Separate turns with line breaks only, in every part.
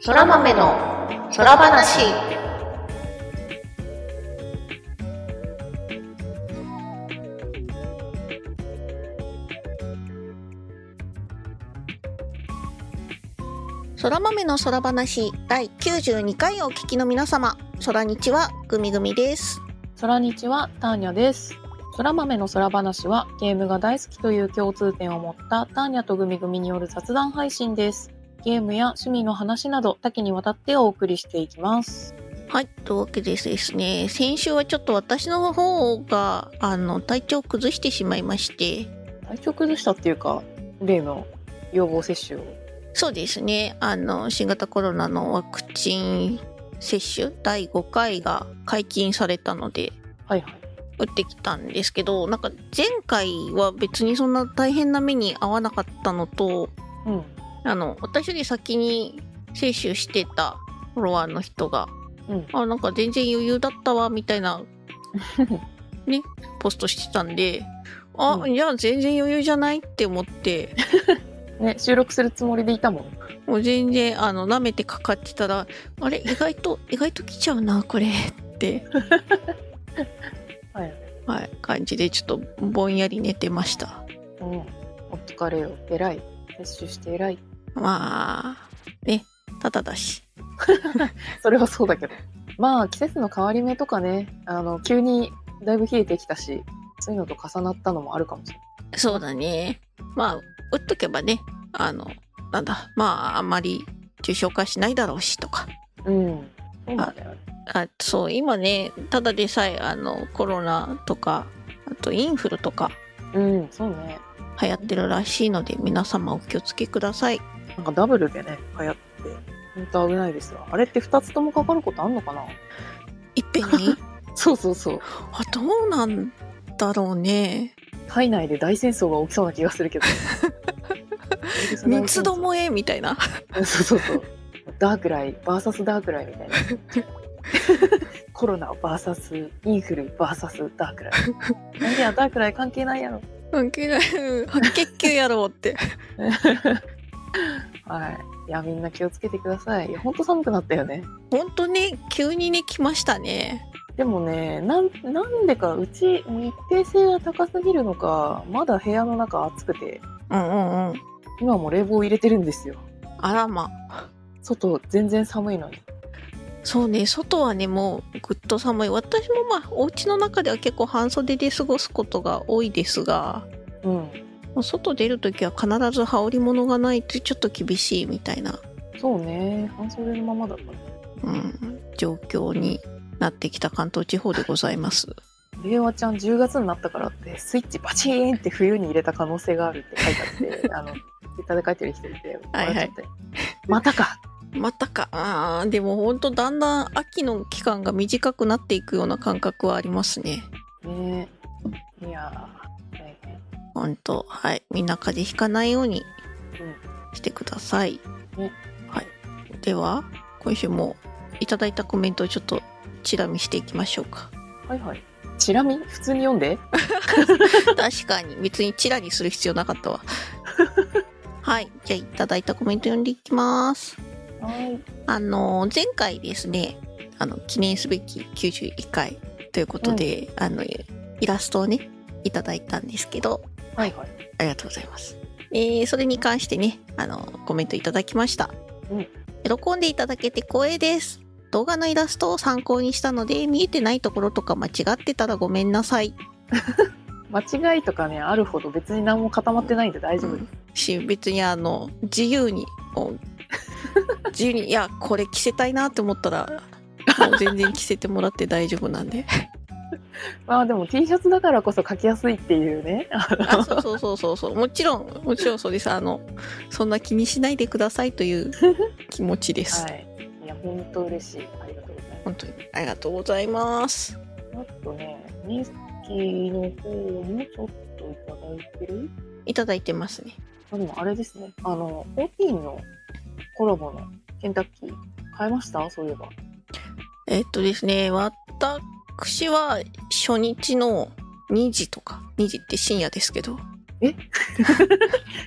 そら豆の空話。そら豆の空話第92回をお聞きの皆様、空日はグミグミです。
空日はターニャです。空豆の空話はゲームが大好きという共通点を持ったターニャとグミグミによる雑談配信です。ゲームや趣味の話など多岐にわたってお送りしていきます。
はい、というわけでですね、先週はちょっと私の方が、あの、体調を崩してしまいまして、
体調崩したっていうか、例の予防接種を。
そうですね。あの新型コロナのワクチン接種第5回が解禁されたので
はいはい。
打ってきたんですけど、なんか前回は別にそんな大変な目に遭わなかったのと、
うん。
あの私より先に接種してたフォロワーの人が、
うん。
あなんか全然余裕だったわみたい なねポストしてたんで、あ、
うん
じゃあ全然余裕じゃないって思って。
ね、収録するつもりでいたもん。
もう全然あの舐めてかかってたらあれ意外と意外と来ちゃうなこれって、
はい。
はい、感じでちょっとぼんやり寝てました
うん。お疲れよ。偉い。接種して偉い。
まあねただだし
それはそうだけど。まあ季節の変わり目とかね、あの、急にだいぶ冷えてきたし、そういうのと重なったのもあるかもしれない。
そうだねまあ打っとけばねあのなんだまああんまり重症化しないだろうしとか
うん。そうなんだよね。
あそう今ねただでさえあのコロナとかあとインフルとか
うん、そうね。
流行ってるらしいので皆様お気をつけください
なんかダブルでね、流行って、本当危ないですわ。あれって2つともかかることあんのかない
っぺんに
そうそうそう。
あどうなんだろうね
体内で大戦争が起きそうな気がするけど。
三つど。もえみたいな
そうそうそう。ダークライ、バーサスダークライみたいな。 コロナバーサスインフルバーサスダークラ イ。なんでや、ダークライ関係ないやろ。
うん嫌いうん白血球やろうって
はい。いや、みんな気をつけてください。いや、ほんと寒くなったよね。
ほんとね急にね来ましたね
でもねなん、なんでかうち日程性が高すぎるのか、まだ部屋の中暑くて、
うんうんうん
今も冷房入れてるんですよ。
あらま
外全然寒いのに。
そうね外はねもうぐっと寒い私もまあお家の中では結構半袖で過ごすことが多いですが
うん。
もう外出るときは必ず羽織り物がないとちょっと厳しいみたいな、
そうね。半袖のままだから。
うん、状況になってきた関東地方でございます
令和ちゃん10月になったからって、スイッチバチーンって冬に入れた可能性があるって書いて あって、あの、ツイッターで書いてる人いて、
はいはい
笑っちゃってまたか
またかあーでもほんとだんだん秋の期間が短くなっていくような感覚はありますね
ねいやー、大
ほんとはいみんな風邪ひかないようにしてください、
ね
はい、では今週もいただいたコメントをちょっとチラ見していきましょうか
変。はいはい。チラ見普通に読んで
確かに別にチラにする必要なかったわはいじゃあいただいたコメント読んでいきます
はい。
あの前回ですねあの記念すべき91回ということで、あのイラストをねいただいたんですけど
はいはい。
ありがとうございます、えーそれに関してねあのコメントいただきました、
うん
喜んでいただけて光栄です動画のイラストを参考にしたので見えてないところとか間違ってたらごめんなさい、
間違いとかねあるほど別に何も固まってないんで大丈夫です、
し別にあの自由にこ う自由にいやこれ着せたいなって思ったらもう全然着せてもらって大丈夫なんで
まあでも T シャツだからこそ書きやすいっていうね
あ そうそうそうそうそうもちろんもちろんそうですあのそんな気にしないでくださいと いう気持ちです、
はいいや本当嬉しいありがとうございま
本当にありがとうございます
すあとねミスキーの方もちょっといただいてる
いただいてますね
あでもあれですねあの OT のコラボのケンタッキー買いましたそういえば
えっとですね私は初日の2時とか2時って深夜ですけど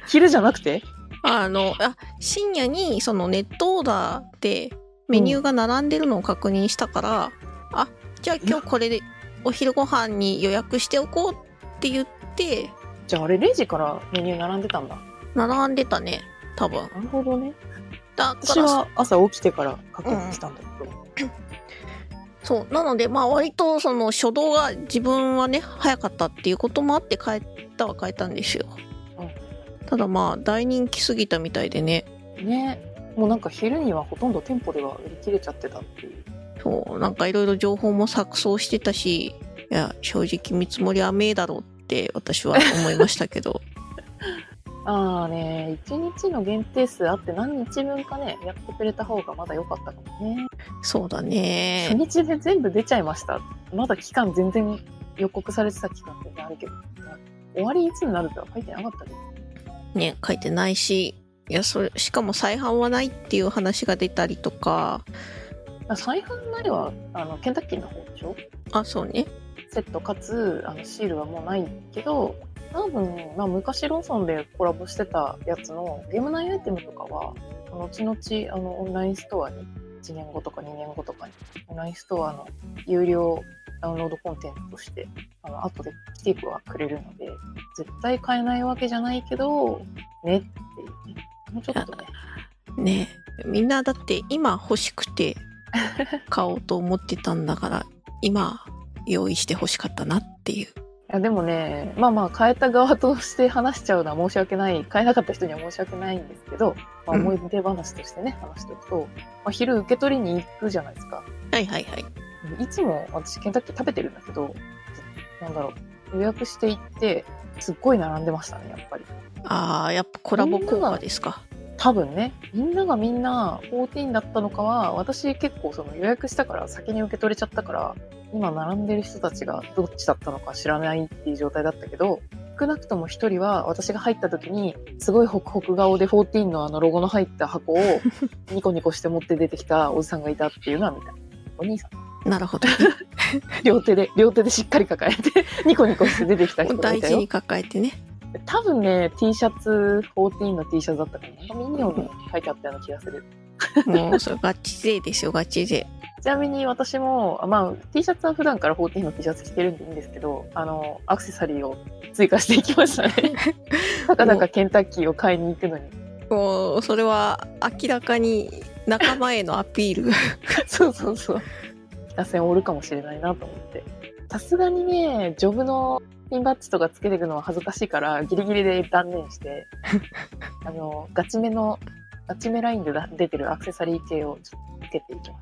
昼じゃなくて
あのあ深夜にそのネットオーダーでメニューが並んでるのを確認したから、あじゃあ今日これでお昼ご飯に予約しておこうって言って
じゃああれ0時からメニュー並んでたんだ
並んでたね多分
なるほどね
だか
私
ら
は朝起きてから確認したんだけど、
そうなのでまあ割とその初動が自分はね早かったっていうこともあって変えたは変えたんですよ、ただまあ大人気すぎたみたいでね
ねもうなんか昼にはほとんど店舗では売り切れちゃってたっていう
そうなんかいろいろ情報も錯綜してたしいや正直見積もり甘えだろうって私は思いましたけ ど
ああね1日の限定数あって何日分かねやってくれた方がまだ良かったかもね
そうだ
初
ね
日で全部出ちゃいましたまだ期間全然予告されてた期間全然あるけど終わりいつになるとは書いてなかったけど
ね書いてないしいやそれしかも再販はないっていう話が出たりとか
あ再販ないはあのケンタッキーの方でしょ
あそうね
セットかつあのシールはもうないけど多分、まあ、昔ローソンでコラボしてたやつのゲーム内アイテムとかは後々あのオンラインストアに1年後とか2年後とかにオンラインストアの有料ダウンロードコンテンツとしてあの後で来ていくはくれるので絶対買えないわけじゃないけどねっていうねもうちょっとね
ねみんなだって今欲しく て買おうと思ってたんだから今用意して欲しかったなっていう
いやでもねまあまあ変えた側として話しちゃうのは申し訳ない変えなかった人には申し訳ないんですけど、まあ、
うん
思い出話としてね、話しておくと、まあ、昼受け取りに行くじゃないですか
はいはいはい
いつも私ケンタッキー食べてるんだけどなんだろう予約して行ってすっごい並んでましたねやっぱり
あーやっぱコラボ効果ですか
多分ねみんながみんな14だったのかは私結構その予約したから先に受け取れちゃったから今並んでる人たちがどっちだったのか知らないっていう状態だったけど少なくとも1人は私が入った時にすごいホクホク顔で14のあのロゴの入った箱を ニコニコして持って出てきたおじさんがいたっていうのは見たお兄さん
なる ほどね
両手で両手でしっかり抱えて ニコニコして出てきた人が
大
いた
事
よ
に抱えてね
多分ね T シャツ14の T シャツだったかなミニオンに書いてあったような気がする
もうそれガチ勢ですよガチ勢
ちなみに私も、あまあ、T シャツは普段から14の T シャツ着てるんでいいんですけど、あの、アクセサリーを追加していきましたね。たかだかケンタッキーを買いに行くのに。
もうそれは明らかに仲間へのアピール
そうそうそう。打線を折るかもしれないなと思って。さすがにね、ジョブのピンバッジとかつけていくのは恥ずかしいから、ギリギリで断念して、あの、ガチめの、ガチめラインでだ出てるアクセサリー系をつけていきました。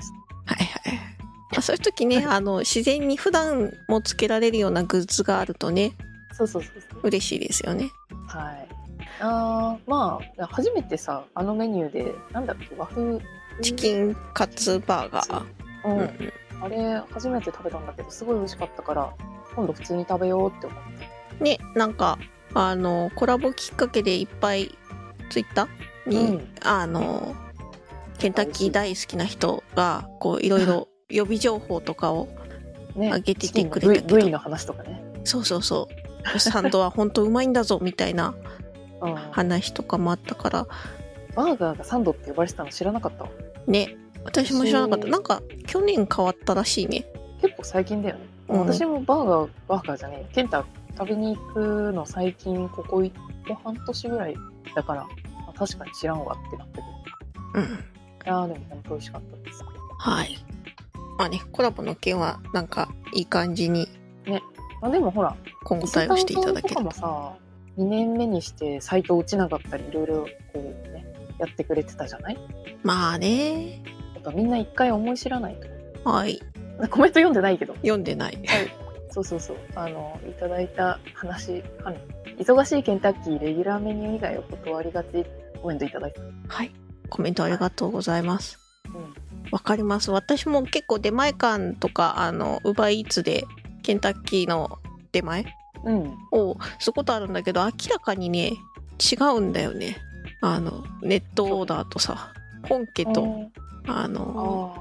はいはいまあそういう時ねあの自然に普段もつけられるようなグッズがあるとね
そうそうそうそう。
嬉しいですよね
はい。あーまあ初めてさあのメニューでなんだっけ和風
チキンカツバーガー、
うん、
うん
あれ初めて食べたんだけどすごい美味しかったから今度普通に食べようって思って
ねなんかあのコラボきっかけでいっぱいツイッターに、
うん
あのケンタッキー大好きな人がこういろい ろ予備情報とかを
ね
あげて
チキ
て
ンの
くれたけど
部位部位の話とかね、
そうそうそうサンドは本当うまいんだぞみたいな
うん、
話とかもあったから
バーガーがサンドって呼ばれてたの知らなかったわ
ね私も知らなかった
そう
なんか去年変わったらしいね
結構最近だよね、
うん
私もバーガーバーガーじゃねえよケンタ食べに行くの最近ここいここ半年ぐらいだからあ確かに知らんわってなったけど
うん
いやーでも本当美味しかったです
はいまあねコラボの件はなんかいい感じに
まあでもほら
今後対応していただけ
伊勢
る
丹さんとかもさ2年目にしてサイト落ちなかったりいろいろこうねやってくれてたじゃない
まあね
やっぱみんな一回思い知らないと
はい
コメント読んでないけど
読んでない
そうそうそうあのいただいた話あの忙しいケンタッキーレギュラーメニュー以外を断りがちコメントいただいた
はい。コメントありがとうございます
うん。
わ、かります。私も結構出前館とか、あの、ウバイイーツで、ケンタッキーの出前
うん
をすることあるんだけど、明らかにね、違うんだよね。あの、ネットオーダーとさ、本家と、あ
あ
の、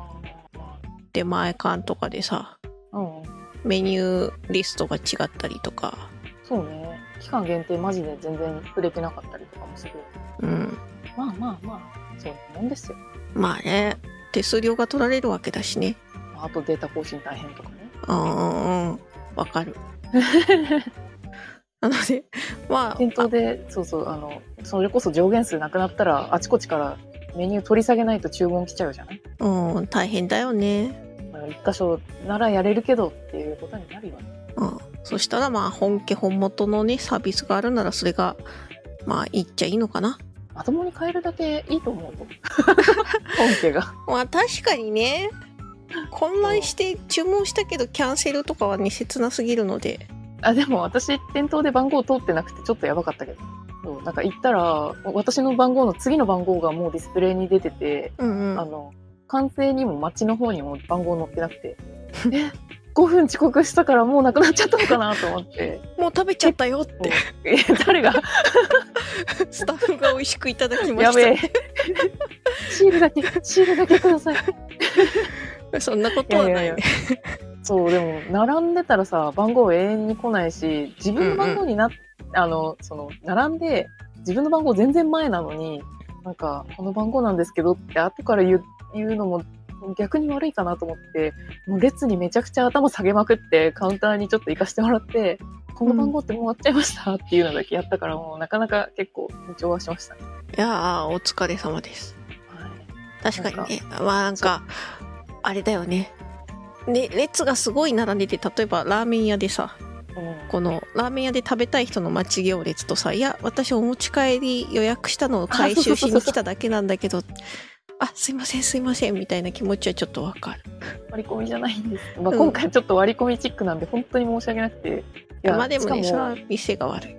あ
出前館とかでさ、
うん
メニューリストが違ったりとか、
そうね期間限定マジで全然触れてなかったりとかもする
うん。
まあまあまあそういうもんですよ
まあね、手数料が取られるわけだしね。
あとデータ更新大変とかね
うん、わか る。なので、ま
店頭でそうそうあのそれこそ上限数なくなったらあちこちからメニュー取り下げないと注文来ちゃうじゃない
あ、うん、大変だよね。
だから一箇所ならやれるけどっていうことになるよね
うん。そしたらまあ、本家本元のね、サービスがあるなら、それが、まあ、いっちゃいいのかな。
まともに変えるだけいいと思うと本 家が
まあ、確かにね、混乱して注文したけど、キャンセルとかはね、切なすぎるので。
あでも私店頭で番号通ってなくてちょっとやばかったけどそうなんか行ったら私の番号の次の番号がもうディスプレイに出てて、
うんう
あ
ん。
の完成にも街の方にも番号載ってなくてえ5分遅刻したからもうなくなっちゃったのかなと思 って
もう食べちゃったよって、
え誰が
スタッフが美味しくいただきま
や
し
べ
た
え。 シールだけシールだけください
そんなことはない,、ね
いやいやいそうでも並んでたらさ番号永遠に来ないし自分の番号にな、あのその並んで自分の番号全然前なのになんかこの番号なんですけどって後から言う言うのも逆に悪いかなと思ってもう列にめちゃくちゃ頭下げまくってカウンターにちょっと行かしてもらってこの番号ってもう終わっちゃいましたっていうのだけやったからもうなかなか結構緊張はしましたね。
いやあお疲れ様です
はい
確かにねまあなんかあれだよねね列がすごい並んでて例えばラーメン屋でさ
うん
このラーメン屋で食べたい人の待ち行列とさ「いや私お持ち帰り予約したのを回収しに来ただけなんだけどあすいませんすいません」みたいな気持ちはちょっとわかる
割り込みじゃないんです、まあ、
うん
今回ちょっと割り込みチックなんで本当に申し訳なくていや
まあでもね
し
それ
か
は店が悪い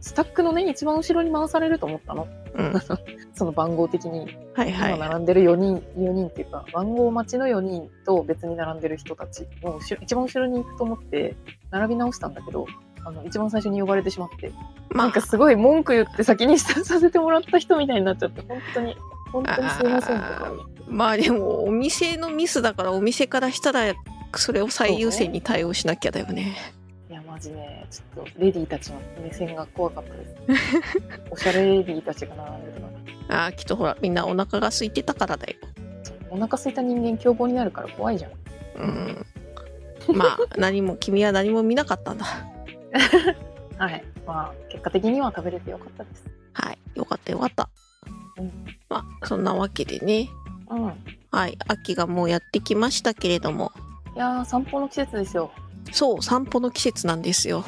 スタックのね、一番後ろに回されると思ったの。
うんは
その番号的に。
いは
今
い
並んでる4人、4人っていうか、番号待ちの4人と別に並んでる人たちの後ろ一番後ろに行くと思って、並び直したんだけど、あの、一番最初に呼ばれてしまって、
ま
なんかすごい文句言って先に下させてもらった人みたいになっちゃって、本当に、本当にすいませんとか。
まあでもお店のミスだからお店からしたらそれを最優先に対応しなきゃだよね。
いや、マジね、ちょっとレディーたちの目線が怖かった です。おしゃれレディーたちが並んでるから。
ああきっとほらみんなお腹が空いてたからだよ。
お腹空いた人間凶暴になるから怖いじゃん。
うん。まあ何も君は何も見なかったんだ。
はい。まあ、結果的には食べれてよかったです。
はいよかったよかった
うん。
まあそんなわけでね
うん。い
はい秋がもうやってきましたけれども
やー、散歩の季節ですよ。
そう散歩の季節なんですよ。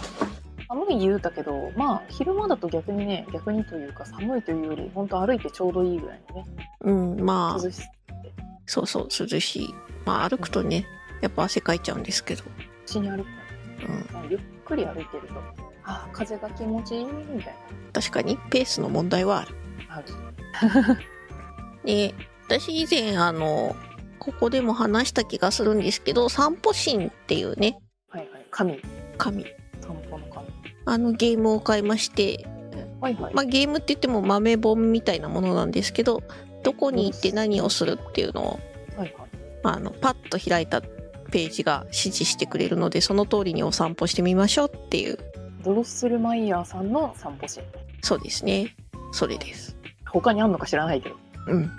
寒い言うたけど、まあ、昼間だと逆にね、逆にというか、寒いというより、本当歩いてちょうどいいぐらいのね、
うんまあ
涼し
そうそう涼しい。まあ歩くとねやっぱ汗かいちゃうんですけど。
しに歩くか
うん
ら、まあゆっくり歩いてると、あー風が気持ちいいみたい
確かにペースの問題はある。
な。ある。
で私以前あのここでも話した気がするんですけど散歩神っていうね
はいはい。神。
紙
散歩の神。
あのゲームを買いまして、
はいはい。
まあ、ゲームって言っても豆本みたいなものなんですけどどこに行って何をするっていうのを
はいはい。
あのパッと開いたページが指示してくれるのでその通りにお散歩してみましょうっていう
ドロッスルマイヤーさんの散歩シーン。
そうですねそれです。
他にあんのか知らないけど。
うん、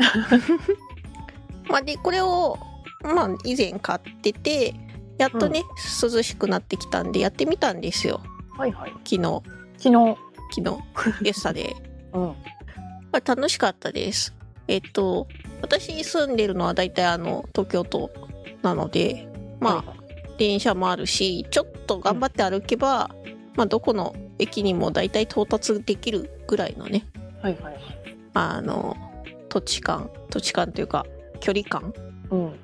まあでこれを、まあ、以前買っててやっとね、涼しくなってきたんでやってみたんですよ
はいはい。
昨日
昨日。
昨日イエスタで、
うん。
まあ、楽しかったですえっと私住んでるのは大体あの東京都なのでまあ
あ、
電車もあるしちょっと頑張って歩けば、まあ、どこの駅にも大体到達できるぐらいのね
はいはいはい。
あの土地感土地感というか距離感
うん。はい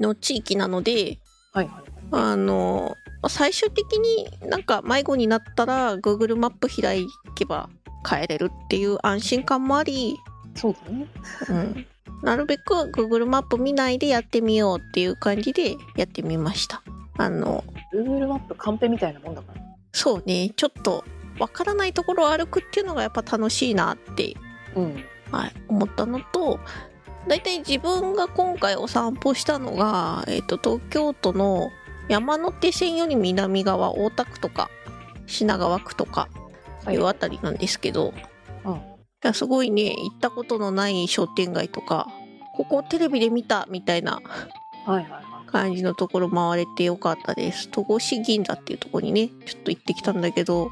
の地域なので
はいはい。
あの最終的になんか迷子になったら Google マップ開けば帰れるっていう安心感もあり、
そうだね。
うん、なるべく Google マップ見ないでやってみようっていう感じでやってみましたあの
Google マップカンペみたいなもんだから。
そうねちょっとわからないところを歩くっていうのがやっぱ楽しいなって、
うん。
はい、思ったのとだいたい自分が今回お散歩したのが、えっと東京都の山手線より南側大田区とか品川区とかいうあたりなんですけど、
うん
だからすごいね行ったことのない商店街とかここテレビで見たみたいな
はいはいは
感じのところ回れてよかったです戸越銀座っていうところにねちょっと行ってきたんだけど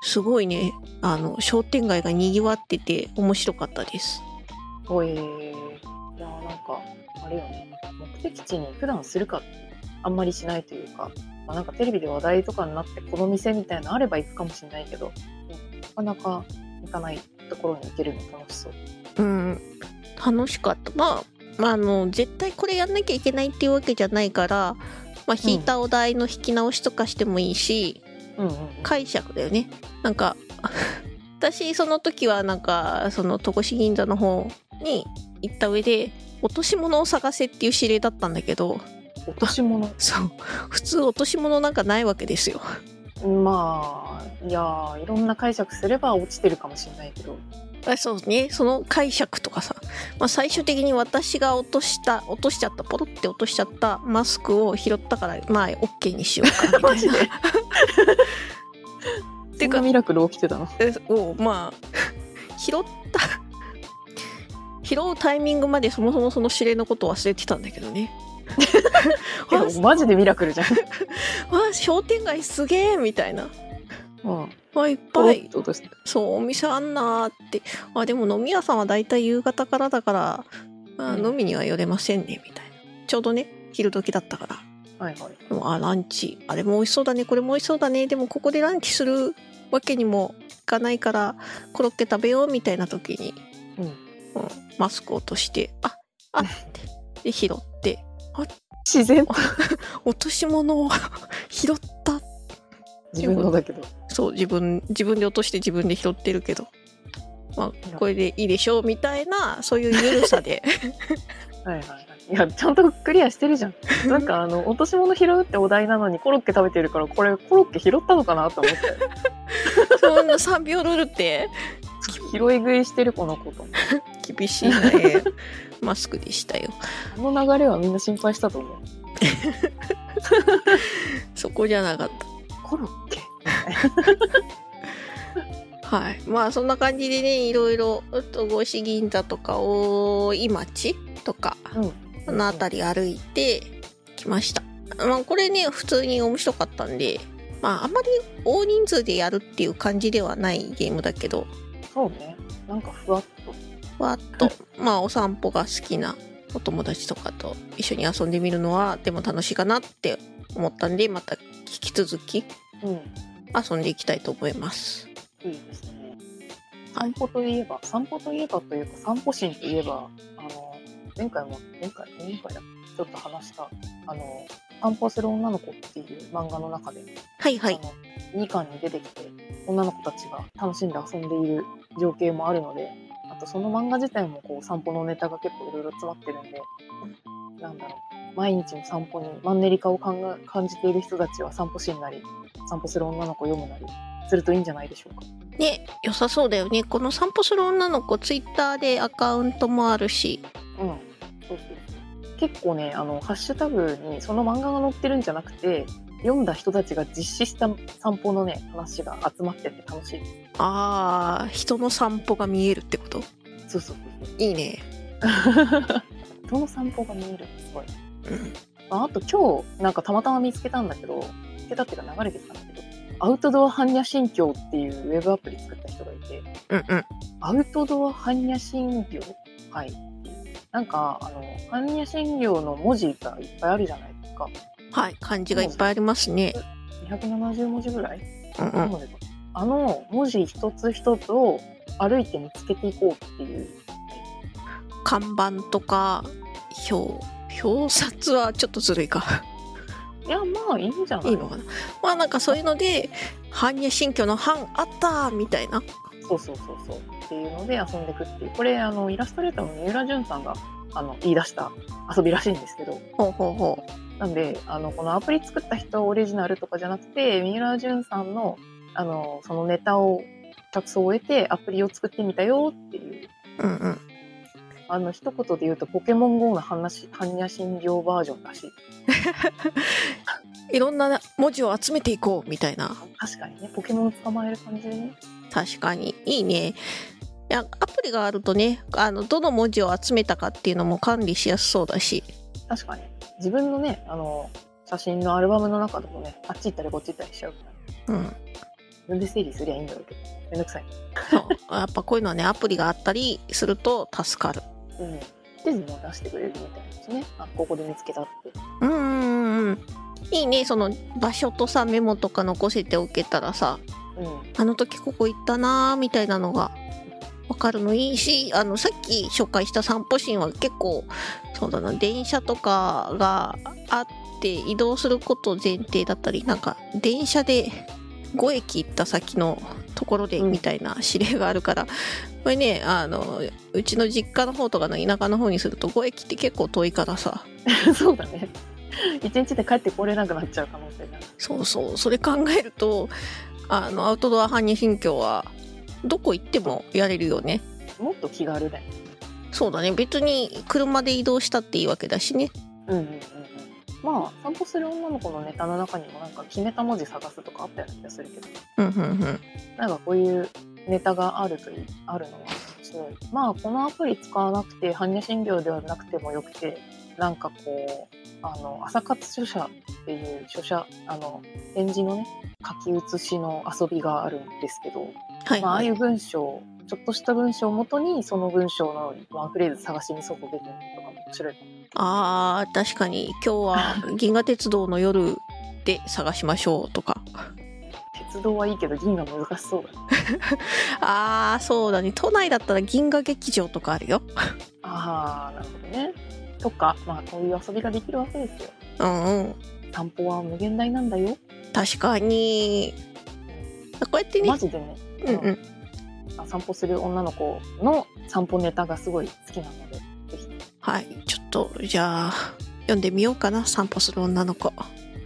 すごいねあの商店街がにぎわってて面白かったです
い。おい。いやなんかあれよね目的地に普段するかあんまりしないというか、まあ、なんかテレビで話題とかになってこの店みたいなのあれば行くかもしれないけどなかなか行かないところに行けるの楽しそ
う
う。
ん楽しかったまあまああの絶対これやんなきゃいけないっていうわけじゃないから、まあ、引いたお題の引き直しとかしてもいいし、
うんうんうん、
解釈だよねなんか私その時はなんかその戸越銀座の方に行った上で落とし物を探せっていう指令だったんだけど
落とし物
そう普通落とし物なんかないわけですよ
まあいやーいろんな解釈すれば落ちてるかもしれないけど
あそうねその解釈とかさ、まあ、最終的に私が落とした落としちゃったポロって落としちゃったマスクを拾ったからまあ OK にしようかみたいな
マジ で
て
て
か
かミラクル起きてたの
え をまあ拾った拾うタイミングまでそもそもその指令のことを忘れてたんだけど ねわ
いやマジでミラクルじゃ ん、
わ商店街すげえみたいな
うん、
わいっ
ポロ
ぱ
ッ
い
と落として
そうお店あんなーってあでも飲み屋さんはだいたい夕方からだから、まあ、
うん
飲みには寄れませんねみたいなちょうどね昼時だったから
はいはい
でもあランチあれも美味しそうだねこれも美味しそうだねでもここでランチするわけにもいかないからコロッケ食べようみたいな時に、
うん
うんマスク落としてあ あってで拾って
自然
落とし物を 拾った
自分のだけど
そう自分自分で落として自分で拾ってるけどまあこれでいいでしょうみたいなそういう緩さで
はいはいはいいやちゃんとクリアしてるじ ゃんなんかあの落とし物拾うってお題なのにコロッケ食べてるからこれコロッケ拾ったのかなと思って
そんな3秒ルールって
拾い食いしてるこの子と思って
厳しい ねマスクでしたよ
この流れはみんな心配したと思う
そこじゃなかった
コロッケ
はい、まあそんな感じでねいろいろ戸越銀座とか大井町とか
うん
この辺り歩いてきました、まあ、これね普通に面白かったんで、まあ、あまり大人数でやるっていう感じではないゲームだけど
そうねなんかふわっと
わーっとまあお散歩が好きなお友達とかと一緒に遊んでみるのはでも楽しいかなって思ったんでまた引き続き
うん
遊んでいきたいと思います。
いいですね
はい
散歩といえば散歩といえばというか散歩心といえばあの前回も前回前回だちょっと話したあの散歩する女の子っていう漫画の中で
はいはい
あの2巻に出てきて女の子たちが楽しんで遊んでいる情景もあるのであとその漫画自体もこう散歩のネタが結構いろいろ詰まってるんでなんだろう毎日の散歩にマンネリ化を考え感じている人たちは散歩しんなり散歩する女の子を読むなりするといいんじゃないでしょうか。
ね、良さそうだよね。この散歩する女の子、ツイッターでアカウントもあるし。
うん、そうそうそう結構ねあのハッシュタグにその漫画が載ってるんじゃなくて読んだ人たちが実施した散歩のね話が集まってて楽しいで
ああ、人の散歩が見えるってこと
す。そうそうそうそう
いいね。
人の散歩が見えるってすごい、
うん
まあ、あと今日なんかたまたま見つけたんだけど見つけたっていうか流れてきたんだけどアウトドア般若心経っていうウェブアプリ作った人がいて
うんうん。
アウトドア般若心経はいなんかあの般若心経の文字がいっぱいあるじゃないですか
はい、漢字がいっぱいありますね。
270文字ぐらい、
うんうん。
文字かあの文字一つ一つを歩いて見つけていこうっていう
看板とか、表、表札はちょっとずるい か。
いやまあいいんじゃない
いいのかな。まあなんかそういうので、般若心経の版あったーみたいな。
そうそうそうそうっていうので遊んでいくっていうこれあのイラストレーターの三浦淳さんがあの言い出した遊びらしいんですけど
ほうほうほう。
なんであのこのアプリ作った人オリジナルとかじゃなくて三浦淳さんのあのそのネタを着想を得てアプリを作ってみたよっていう
うんうん。
あの一言で言うと「ポケモン GO」の話般若心経バージョンらしい
いろんな文字を集めていこうみたいな。
確かにねポケモン捕まえる感じでね
確かにいいねいやアプリがあるとねあのどの文字を集めたかっていうのも管理しやすそうだし
確かに。自分のね、あの、写真のアルバムの中でもね、あっち行ったりこっち行ったりしちゃうから、
うん
自分で整理すりゃいいんだろうけど、めんどくさい。
そう やっぱこういうのはねアプリがあったりすると助かる
うん。地図も出してくれるみたいなんですね。あ、ここで見つけたって。
うんうんうんうんいいねその場所とさメモとか残せておけたらさ
うん。
あの時ここ行ったなーみたいなのが分かるのいいしあのさっき紹介した散歩シーンは結構そうだな電車とかがあって移動することを前提だったりなんか電車で5駅行った先のところで
うん
みたいな指令があるから、これねあのうちの実家の方とかの田舎の方にすると5駅って結構遠いからさ
そうだね。一日で帰ってこれなくなっちゃう可能性がある。
そうそうそれ考えるとあのアウトドア搬入心境はどこ行ってもやれるよね。
もっと気軽だよ。
そうだね別に車で移動したっていいわけだしね
うんうんうんうん。まあ、散歩する女の子のネタの中にもなんか決めた文字探すとかあったような気がするけど、
うんうんうん
なんかこういうネタがあるといい、あるのはすごい。まあ、このアプリ使わなくて、般若心経ではなくてもよくて、なんかこう、あの、朝活書写っていう書写、あの、展示のね、書き写しの遊びがあるんですけど、
はい、
まあ、ああ
はい
いう文章ちょっとした文章をもとにその文章のワンフレーズ探しにそこ出てるとかも面白い
あー確かに今日は 銀河鉄道の夜で探しましょうとか
鉄道はいいけど銀が難しそうだね
あーそうだね都内だったら銀河劇場とかあるよ
ああなるほどねとかまあこういう遊びができるわけですよ
うんうん
散歩は無限大なんだよ
確かにこうやってね
マジでね、
うんうん
あ散歩する女の子の散歩ネタがすごい好きなのでぜひ
はいちょっとじゃあ読んでみようかな散歩する女の子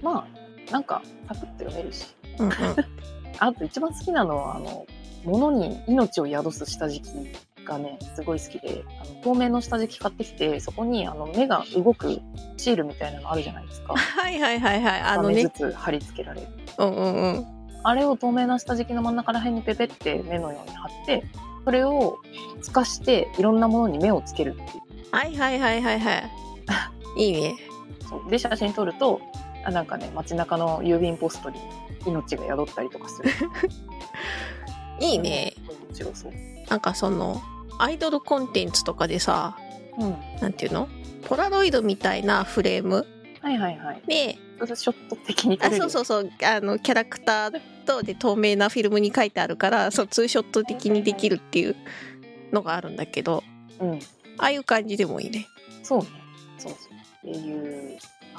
まあなんかサクッと読めるし
うんうん
あと一番好きなのはあの物に命を宿す下敷きがねすごい好きであの透明の下敷き買ってきてそこにあの目が動くシールみたいなのあるじゃないですか
はいはいはいはい あ
あ
の
目ず
ね
つ貼り付けられる
うんうんうん
あれを透明な下敷きの真ん中ら辺にペペって目のように貼ってそれを透かしていろんなものに目をつけるっていう
はいはいはいはいはいいいね
そうで写真撮るとあなんかね街中の郵便ポストに命が宿ったりとかする
いいね
面白そう、
なんかそのアイドルコンテンツとかでさ
うん、は
なんていうのポラロイドみたいなフレーム
いはいはい
で
それショット的に撮
あ
れる
そうそうそうあのキャラクターとで透明なフィルムに書いてあるからそうツーショット的にできるっていうのがあるんだけど
うん、
ああいう感じでもいいね。
そうね。そうそう。っていう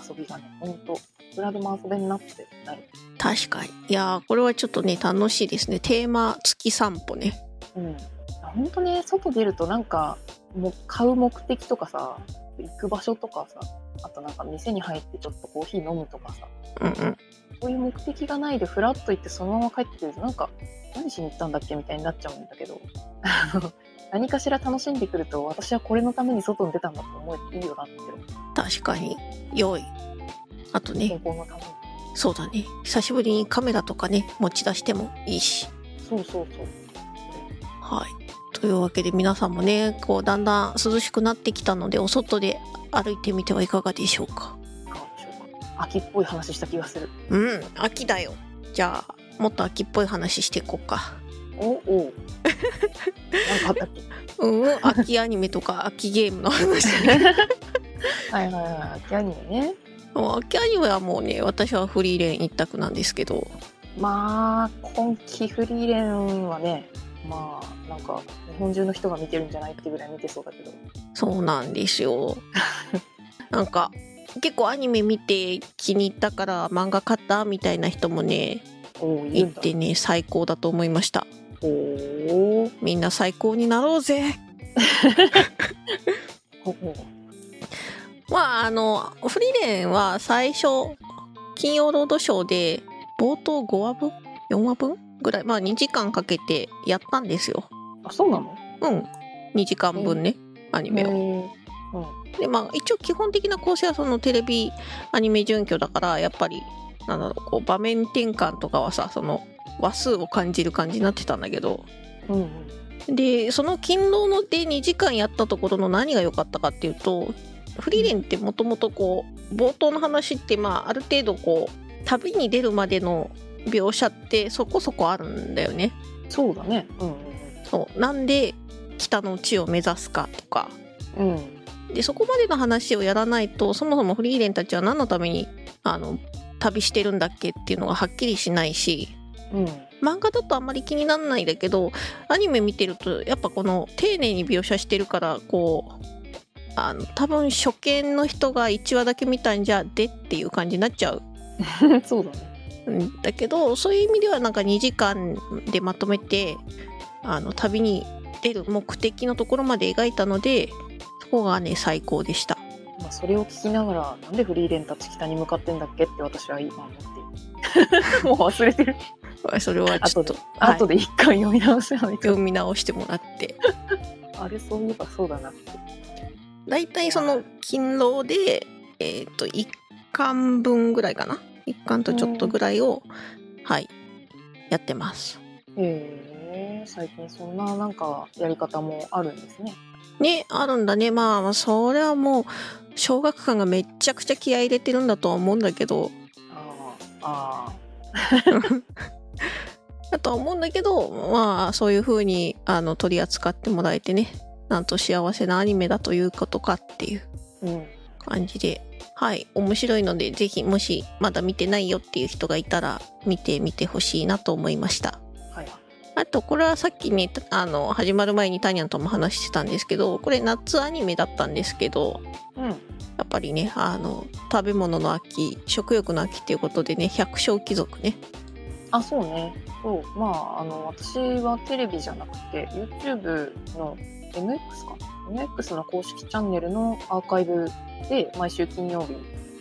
遊びがね、ほんと、いくらでも遊べになってなる。
確かにいやーこれはちょっとね楽しいですねテーマ付き散歩ね
うん。ほんとね、外出るとなんか、もう買う目的とかさ、行く場所とかさ、あとなんか店に入ってちょっとコーヒー飲むとかさ、
うんうん
そういう目的がないでフラッと行ってそのまま帰ってくると、なんか、何しに行ったんだっけみたいになっちゃうんだけど、 あの何かしら楽しんでくると、私はこれのために外に出たんだと思えていいよなって、
確かに良いあとね
健康のために。
そうだね久しぶりにカメラとかね持ち出してもいいし
そうそうそう。
はい。というわけで皆さんもね、こうだんだん涼しくなってきたので、お外で歩いてみてはいかがでしょうか。
いかがでしょうか。秋っぽい話した気がする。
うん、秋だよ。じゃあ、もっと秋っぽい話していこうか。
お おなんかあったっけ
うん、うん、秋アニメとか秋ゲームの話。
はいはいはい秋アニメね
もう秋アニメはもうね、私はフリーレン一択なんですけど、
まあ今季フリーレンはねまあなんか日本中の人が見てるんじゃないってぐらい見てそうだけど
そうなんですよ。 なんか、結構アニメ見て気に入ったから漫画買ったみたいな人もね、
おおい
い
るんだ
てね、最高だと思いました。
おお
みんな最高になろうぜ。
ほほ
まああのフリーレンは最初金曜ロードショーで冒頭5話分4話分ぐらいまあ2時間かけてやったんですよ
あそうなの
うん2時間分ね、アニメを
へ
でまあ一応基本的な構成はそのテレビアニメ準拠だからやっぱりなんだろうこう場面転換とかはさその話数を感じる感じになってたんだけど
うんうん
でその勤労ので2時間やったところの何が良かったかっていうとフリーレンってもともとこう冒頭の話ってまあある程度こう旅に出るまでの描写ってそこそこあるんだよね。
そうだねうん
そうなんで北の地を目指すかとか
うんうん
でそこまでの話をやらないとそもそもフリーレンたちは何のためにあの旅してるんだっけっていうのがはっきりしないし
うん
漫画だとあんまり気にならないんだけどアニメ見てるとやっぱこの丁寧に描写してるからこうあの多分初見の人が1話だけ見たんじゃでっていう感じになっちゃう
うん そうだね
んだけどそういう意味ではなんか2時間でまとめてあの旅に出る目的のところまで描いたのでそこがね最高でした。
まあそれを聞きながらなんでフリーレンたち北に向かってんだっけって私は今思っている もう忘れてる
それはちょっとはい
後で一回読み直しないと
読み直してもらって
あれそういえばそうだなって
大体その勤労で、えー、と1巻分ぐらいかな1巻とちょっとぐらいを、はいやってます
へえ最近そんななんかやり方もあるんですね
ねあるんだねまあそれはもう小学館がめっちゃくちゃ気合い入れてるんだとは思うんだけど
あーあ
だとは思うんだけどまあそういう風にあの取り扱ってもらえてねなんと幸せなアニメだということかっていう
ーうん
感じではい面白いのでぜひもしまだ見てないよっていう人がいたら見てみてほしいなと思いました
はい
あとこれはさっきねたあの始まる前にタニャンとも話してたんですけどこれ夏アニメだったんですけど
うん
やっぱりねあの食べ物の秋食欲の秋っていうことでね百姓貴族ね
あそうねそうまああの私はテレビじゃなくて YouTube の MX か MX の公式チャンネルのアーカイブで毎週金曜日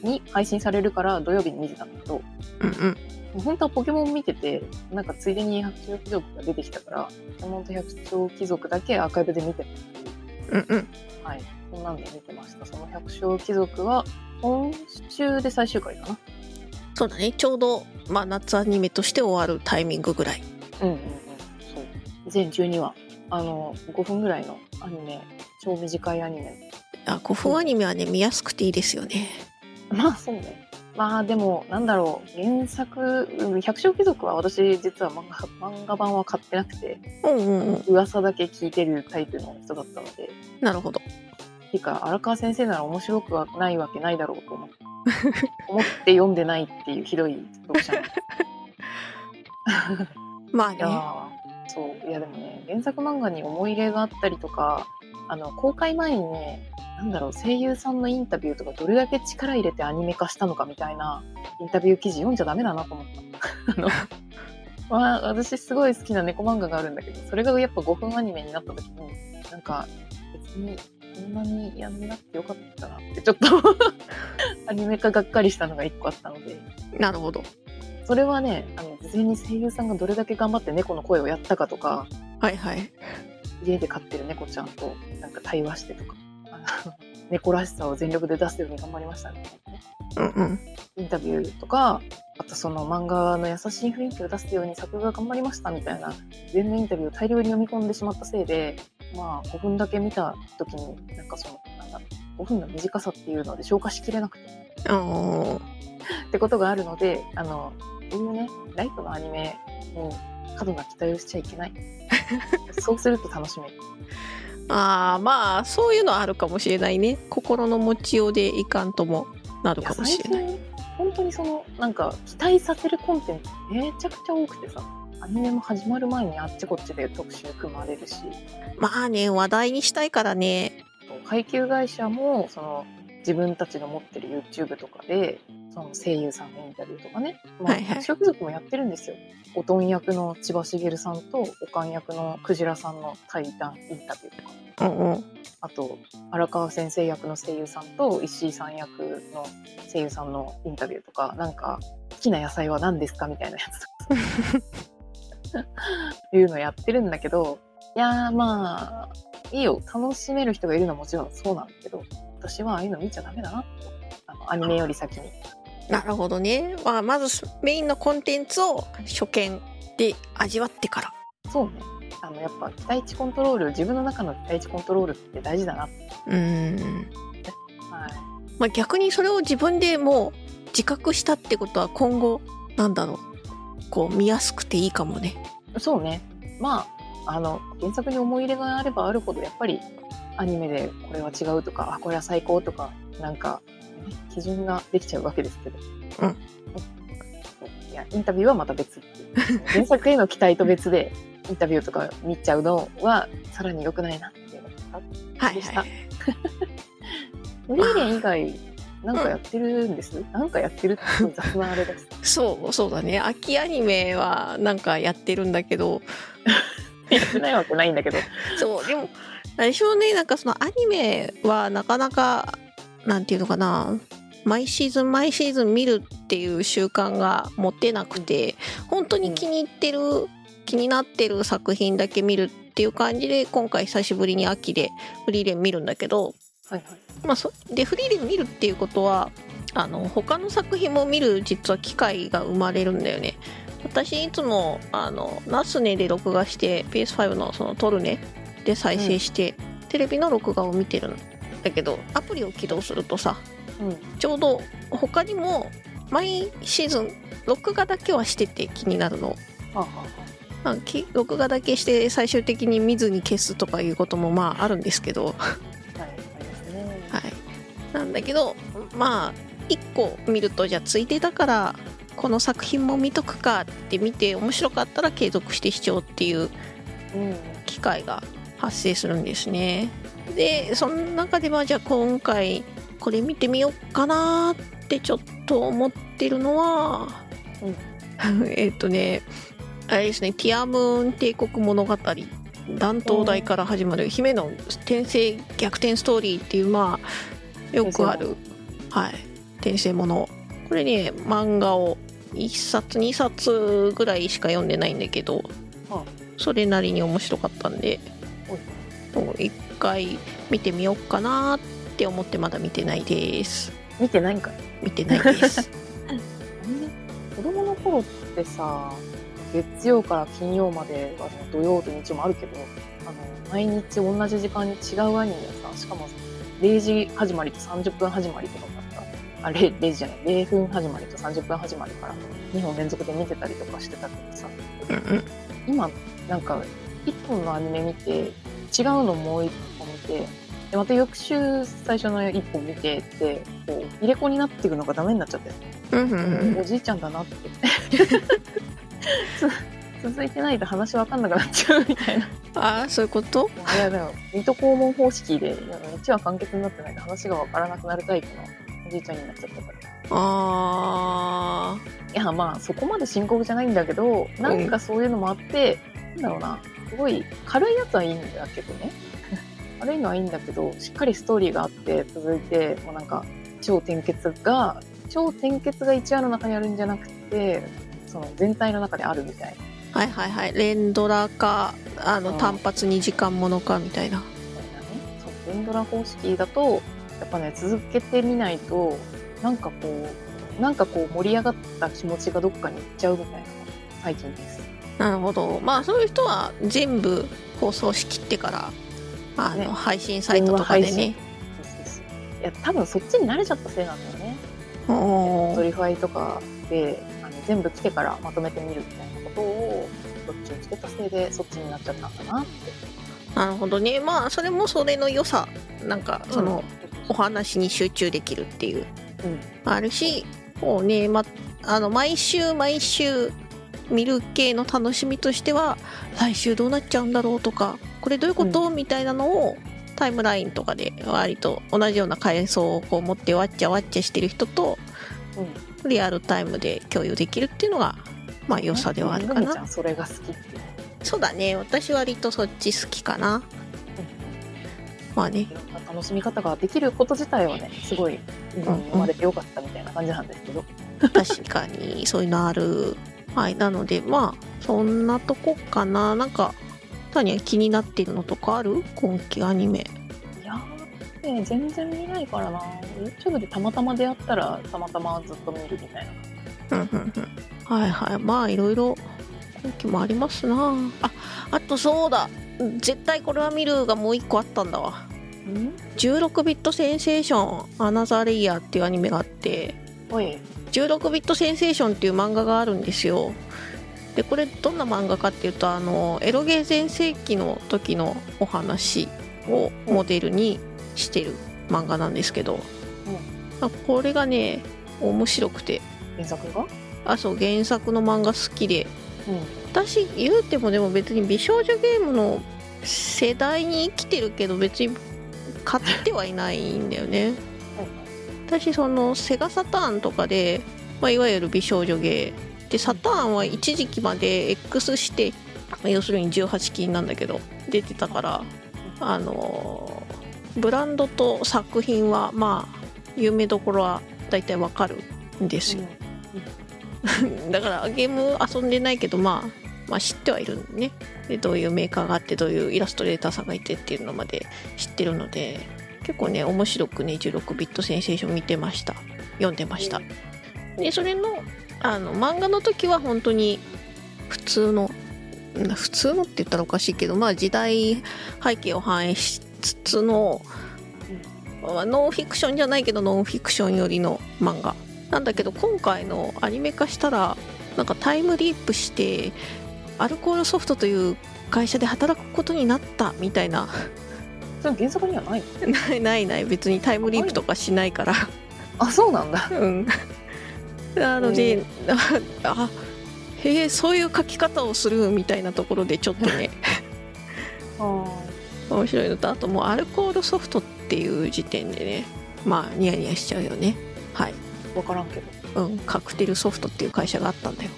に配信されるから土曜日に見てたんだけども
うんうん
う本当はポケモン見ててなんかついでに百鳥貴族が出てきたからポケモンと百鳥貴族だけアーカイブで見てたっていう
うんうん
はい、そんなんで見てました。その百姓貴族は今週で最終回かな。
そうだねちょうど、まあ、夏アニメとして終わるタイミングぐらい
うんうんうん。そう。全12話。あの、5分ぐらいのアニメ、超短いアニメ。
あ古墳アニメはね見やすくていいですよね
まあそうね。まあでも、なんだろう、原作、うん百姓貴族は私実は漫画漫画版は買ってなくて、
うんうんうん
噂だけ聞いてるタイプの人だったので、
なるほど
てか荒川先生なら面白くはないわけないだろうと思って思って読んでないっていうひどい読者なんです
まあ
い
ね
やーそういやでもね原作漫画に思い入れがあったりとかあの公開前にねなんだろう声優さんのインタビューとかどれだけ力入れてアニメ化したのかみたいなインタビュー記事読んじゃダメだなと思った あの、まあ、私すごい好きな猫漫画があるんだけどそれがやっぱ5分アニメになった時になんか別にこんなにやんなくてよかったなってちょっと アニメ化がっかりしたのが1個あったので
なるほど
それはねあの事前に声優さんがどれだけ頑張って猫の声をやったかとか
はいはい
家で飼ってる猫ちゃんとなんか対話してとか あの猫らしさを全力で出すように頑張りましたね
うんうん
インタビューとかあとその漫画の優しい雰囲気を出すように作画頑張りましたみたいな全面インタビューを大量に読み込んでしまったせいでまあ5分だけ見た時になんかそのなんだ5分の短さっていうので消化しきれなくて
あの
ってことがあるのであのこういうねライトのアニメに過度な期待をしちゃい けないそうすると楽しめる
あーまあそういうのはあるかもしれないね心の持ちようでいかんともなる
いや
かもしれない
最近本当にそのなんか期待させるコンテンツめちゃくちゃ多くてさアニメも始まる前にあっちこっちで特集組まれるし
まあね話題にしたいからね
配給会社もその自分たちの持ってる YouTube とかでその声優さんのインタビューとかね、まあ
はいはい
食族もやってるんですよおとん役の千葉茂さんとおかん役のクジラさんの対談インタビューとか
うんうん
あと荒川先生役の声優さんと石井さん役の声優さんのインタビューとかなんか好きな野菜は何ですかみたいなやつとかいうのやってるんだけどいやーまあいいよ楽しめる人がいるのはもちろんそうなんだけど私はああいうの見ちゃダメだなってあのアニメより先に
なるほどね、まあ、まずメインのコンテンツを初見で味わってから
そうね。あの、やっぱ期待値コントロール、自分の中の期待値コントロールって大事だな。
うーん、
はい。
まあ、逆にそれを自分でもう自覚したってことは今後なんだろうこう見やすくていいかもね
そうね。まあ、あの、原作に思い入れがあればあるほど、やっぱりアニメでこれは違うとか、あ、これは最高とか、なんか、ね基準ができちゃうわけですけど。
うん
ね。いや、インタビューはまた別っていう。原作への期待と別で、インタビューとか見ちゃうのは、さらに良くないなっていうのが
はい
でした
はい。
無理連以外、なんかやってるんです、なんかやってるってすごい雑なあ れです。
そうそうだね秋アニメはなんかやってるんだけど
やってないわけないんだけど。
そうでも最初ねなんかそのアニメはなかなかなんていうのかな毎シーズン毎シーズン見るっていう習慣が持てなくて本当に気に入ってる、気になってる作品だけ見るっていう感じで今回久しぶりに秋でフリーレン見るんだけど、
はいはい。
まあ、そでフリーレン見るっていうことはあの他の作品も見る実は機会が生まれるんだよね私いつもあのナスネで録画して PS5 のそのトルネで再生して、テレビの録画を見てるんだけどアプリを起動するとさ
うん。
ちょうど他にも毎シーズン録画だけはしてて気になるの
はあはあは
まあき録画だけして最終的に見ずに消すとかいうこともまああるんですけど
あ。はい、ありますね。
はい、なんだけどまあ1個見るとじゃあついでだからこの作品も見とくかって見て面白かったら継続して視聴っていう
うん。
機会が発生するんですね。でその中でまあじゃあ今回これ見てみようかなってちょっと思ってるのは、 えっとねあれですね「ティアムーン帝国物語」断頭台から始まる姫の転生逆転ストーリーっていうまあよくある、はい、転生ものこれね漫画を1冊2冊ぐらいしか読んでないんだけど
はあ
それなりに面白かったんで
おい
もう一回見てみようかなって思ってまだ見てないです
見てないんかい。
見てないです
子供の頃ってさ、月曜から金曜までは、土曜と日曜もあるけど、あの、毎日同じ時間に違うアニメをさ、しかも0時始まりと30分始まりとかだった。あ、0, 0時じゃない、0分始まりと30分始まりから、2本連続で見てたりとかしてたけどさ、
うんうん
今なんか1本のアニメ見て違うのもう1本見てでまた翌週最初の1本見てってこう入れ子になっていくのがダメになっちゃって、
うんうんうん
おじいちゃんだなって つ続いてないと話分かんなくなっちゃうみたいな
ああそういうこと
あれだよ水戸黄門方式で1話完結になってないと話が分からなくなるタイプのおじいちゃんになっちゃったから。
あ
いやまあそこまで深刻じゃないんだけどなんかそういうのもあって、なんだろうなすごい軽いやつはいいんだけどね軽いのはいいんだけどしっかりストーリーがあって続いてもうなんか超転結が超転結が1話の中にあるんじゃなくてその全体の中であるみたい
あはいはいはい連ドラかあ
う
の
ん
単発2時間ものかみたいな
なねそう連ドラ方式だとやっぱね続けてみないとなんかこうなんかこう盛り上がった気持ちがどっかに行っちゃうみたいな最近です。
なるほどまあそういう人は全部放送しきってからあの、
ね
配信サイトとかで
全
ね
そうそうそういや多分そっちに慣れちゃったせいなんだよね
お
ド
ー
リファイとかであの全部来てからまとめてみるみたいなことをどっちにしてたせいでそっちになっちゃったんだなって
なるほどねまあそれもそれの良さなんかその、お話に集中できるっていう
うん
あるしこうね、ま、あの毎週毎週見る系の楽しみとしては来週どうなっちゃうんだろうとかこれどういうこと、みたいなのをタイムラインとかで割と同じような階層をこう持ってわっちゃわっちゃしてる人と
うん
リアルタイムで共有できるっていうのがまあ良さではあるか
ゆみちゃ
なん
それが好きっていう
そうだね私割とそっち好きかなまあね
いろんな楽しみ方ができること自体はねすごい今に生まれてよかったみたいな感じなんですけど、
確かにそういうのあるはいなのでまあそんなとこかななんかタニア気になってるのとかある今期アニメ
いやね全然見ないからな YouTube でたまたま出会ったらたまたまずっと見るみたいな
うんうんうんはいはいまあいろいろ今期もありますなああとそうだ絶対これは見るがもう一個あったんだわ
うん
16ビットセンセーションアナザーレイヤーっていうアニメがあって
おい
16ビットセンセーションっていう漫画があるんですよでこれどんな漫画かっていうとあのエロゲー全盛期の時のお話をモデルにしてる漫画なんですけど、あこれがね面白くて
原作が
あそう原作の漫画好きで
う
私言うてもでも別に美少女ゲームの世代に生きてるけど別に買ってはいないんだよね私そのセガサターンとかで、まあ、いわゆる美少女ゲーでサターンは一時期まで X して、まあ要するに18禁なんだけど出てたからあのーブランドと作品はまあ有名どころは大体わかるんですよ、 だからゲーム遊んでないけど、まあ、まあ知ってはいるんでねでどういうメーカーがあってどういうイラストレーターさんがいてっていうのまで知ってるので結構ね面白くね16ビットセンセーション見てました読んでましたでそれのあの漫画の時は本当に普通のうん普通のって言ったらおかしいけどまあ時代背景を反映しつつの、まあノンフィクションじゃないけどノンフィクション寄りの漫画なんだけど今回のアニメ化したらなんかタイムリープしてアルコールソフトという会社で働くことになったみたいな
それ原作にはない
ないないない別にタイムリープとかしないから
あそうなんだ
うん、なので、あ へえそういう書き方をするみたいなところでちょっとね
あ
面白いのとあともうアルコールソフトっていう時点でねまあニヤニヤしちゃうよねはい、
分からんけど
うん、カクテルソフトっていう会社があったんだよ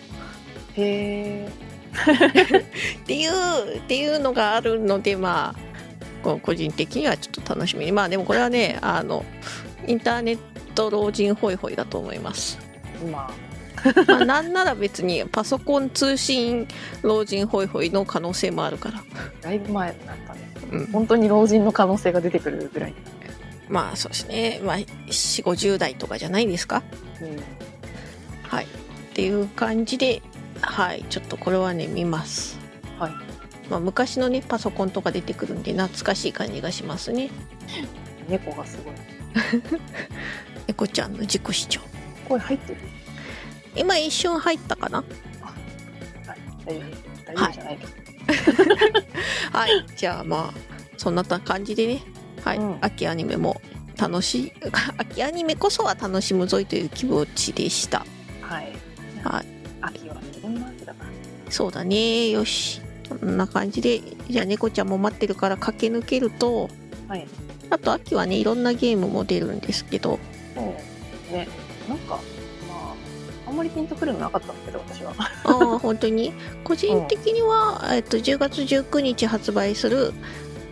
へえ
っていうっていうのがあるのでまあこう個人的にはちょっと楽しみにまあでもこれはねあのインターネット老人ホイホイだと思います
まあ
まあ、なんなら別にパソコン通信老人ホイホイの可能性もあるから、
だいぶ前になったね
うん、
本当に老人の可能性が出てくるぐらい、
まあそうですね、まあ、4 5 0代とかじゃないですかはいっていう感じではいちょっとこれはね見ます、
はい
まあ、昔のねパソコンとか出てくるんで懐かしい感じがしますね
猫がすごい
猫ちゃんの自己主張
声入ってる
今一瞬入ったかな
大丈夫大丈夫じゃないけど、
はいじゃあまあそんな感じでねはい、
うん
秋アニメも楽しい 秋アニメこそは楽しむぞいという気持ちでした
はい
はい
秋はいろんな秋だから
そうだねよしこんな感じでじゃあ猫ちゃんも待ってるから駆け抜けると
はい
あと秋はねいろんなゲームも出るんですけ ど
そうねなんかまああんまりピンとくるのなかったんだけど私は
ああ本当に個人的には、えっと、10月19日発売する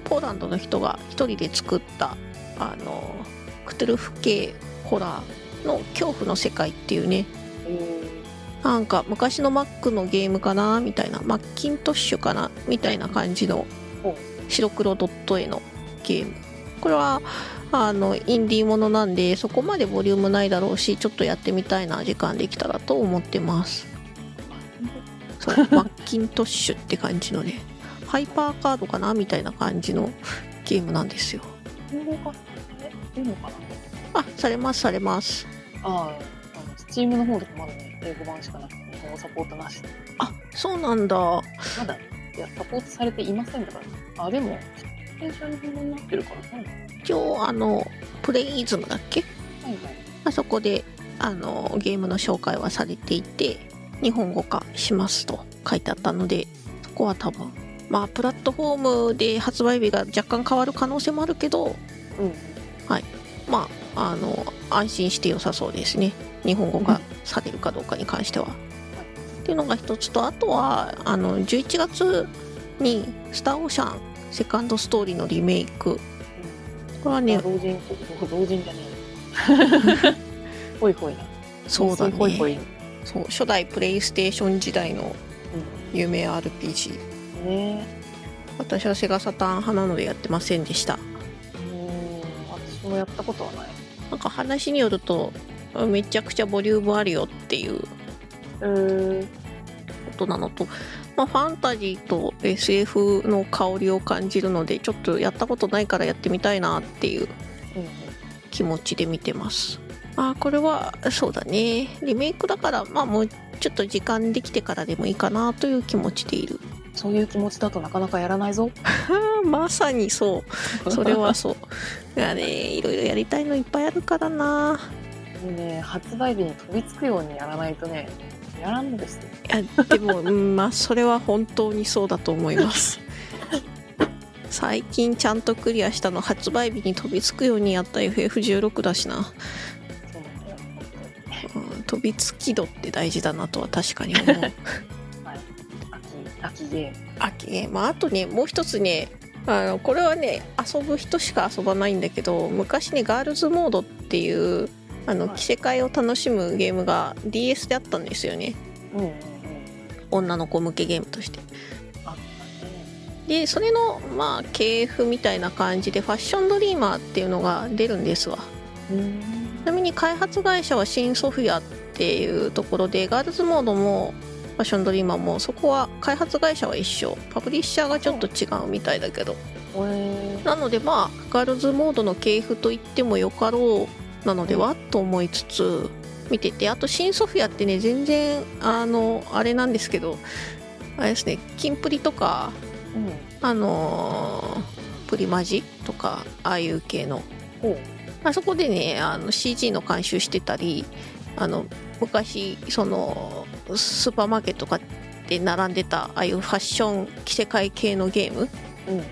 ポーランドの人が一人で作ったあのクトゥルフ系ホラーの恐怖の世界っていうね
え
なんか昔の Mac のゲームかなみたいなマッキントッシュかなみたいな感じの
ほう
白黒ドット絵のゲームこれはあのインディーものなんでそこまでボリュームないだろうしちょっとやってみたいな時間できたらと思ってますそうマッキントッシュって感じのねハイパーカードかなみたいな感じのゲームなんですよ
ー、英語化え出るのかな
あされますされます
あああのスチームの方でもまだね英語版しかなくて日本語サポートなし
あそうなんだ
まだいやサポートされていませんだからあでも最初に日本語になってるからね
一応あのプレイイズムだっけ
はいはい
あそこであのゲームの紹介はされていて日本語化しますと書いてあったのでそこは多分まあプラットフォームで発売日が若干変わる可能性もあるけど
うん
まああの安心して良さそうですね日本語化されるかどうかに関しては。っていうのが一つとあとはあの11月に「スター・オーシャン」セカンドストーリーのリメイクこれはね
あ老人老人じゃね えほいほいな
そうだね
ほいほい、うん
そう初代プレイステーション時代の有名 RPG
ね
私はセガサターン派なのでやってませんでした
えうん私もやったことはない。
なんか話によるとめちゃくちゃボリュームあるよっていうこ
うーん。
となのと、まあ、ファンタジーと SF の香りを感じるのでちょっとやったことないからやってみたいなっていう
うん
気持ちで見てますあーこれはそうだねリメイクだからまあもうちょっと時間できてからでもいいかなという気持ちでいる
そういう気持ちだとなかなかやらないぞ。
あーまさにそうそれはそういやねいろいろやりたいのいっぱいあるからな
もうね、発売日に飛びつくようにやらないとね、やらんのですよ。
いやでも、うん、まあそれは本当にそうだと思います最近ちゃんとクリアしたの発売日に飛びつくようにやった FF16 だしな、
そうなんだよ。本
うん、飛びつき度って大事だなとは確かに思う
当に秋、秋ゲ
あえまあ、あとねもう一つねあのこれはね遊ぶ人しか遊ばないんだけど昔ねガールズモードっていうあの
はい
着せ替えを楽しむゲームが DS であったんですよね
ーム。うんうんうん。
女の子向けゲームとして
あったね。
でそれのまあ系譜みたいな感じでファッションドリーマーっていうのが出るんですわ
うーん
ちなみに開発会社は新ソフィアっていうところでガールズモードもファッションドリーマーもそこは開発会社は一緒パブリッシャーがちょっと違うみたいだけど
おえー
なのでまあガールズモードの系譜と言ってもよかろうなのではと思いつつ見ててあと新ソフィアってね全然あのあれなんですけどあれですねキンプリとか
うん。
あのープリマジとかああいう系の
ほう。
あそこでねあの CG の監修してたりあの昔そのスーパーマーケットとかで並んでたああいうファッション着せ替え系のゲーム
うん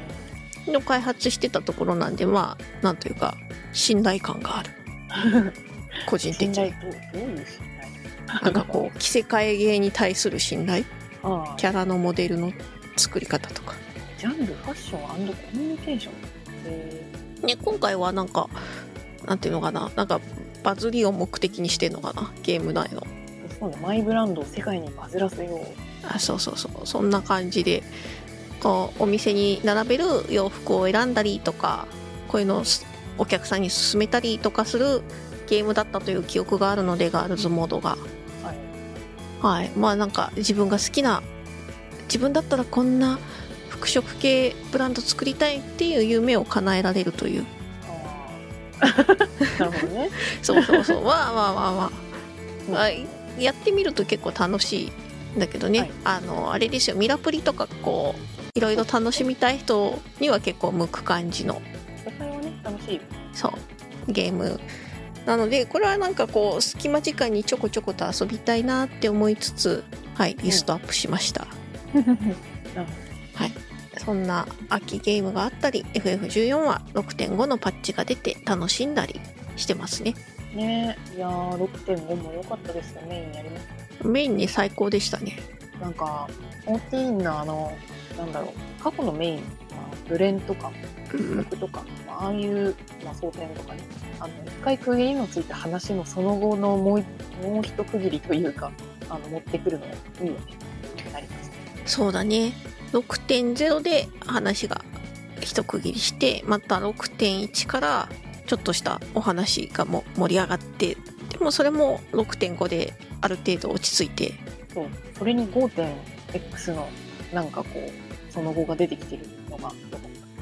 うん。
の開発してたところなんでまあなんというか信頼感がある個人的に
信頼どうどういう信頼
なんかこう着せ替え芸に対する信頼
ああ
キャラのモデルの作り方とか
ジャンルファッションコミュニケーションえ
ね、今回はなんかなんていうのかななんかバズりを目的にしてんのかなゲーム内の
ーそうねマイブランドを世界にバズらせよう
あそうそうそうそんな感じでこうお店に並べる洋服を選んだりとかこういうのをすお客さんに勧めたりとかするゲームだったという記憶があるのでガールズモードが
はい
はいまあなんか自分が好きな自分だったらこんな服飾系ブランド作りたいっていう夢を叶えられるという
あ あなるほどね
そうそうそうわあわあわあわあ
うん
はいやってみると結構楽しいんだけどね、
はい
あのあれですよミラプリとかこういろいろ楽しみたい人には結構向く感じの
世界はね楽 しい
そうゲームなのでこれはなんかこう隙間時間にちょこちょこと遊びたいなって思いつつはいリストアップしました、そんな秋ゲームがあったり FF14 は6.5のパッチが出て楽しんだりしてますね
ねいやー6.5も良かったですよメインやります
メインね最高でしたね
なんか14のあのなんだろう過去のメイン、まあ、ブレンとか
うん
僕とか、まあ、ああいう、まあ、争点とかねあの一回区切りのついた話のその後のもういもう一区切りというかあの持ってくるのいいよねなりますね
そうだね6.0で話が一区切りしてまた6.1からちょっとしたお話がも盛り上がってでもそれも6.5である程度落ち着いて
そうそれに 5.x のなんかこうその後が出てきてるのが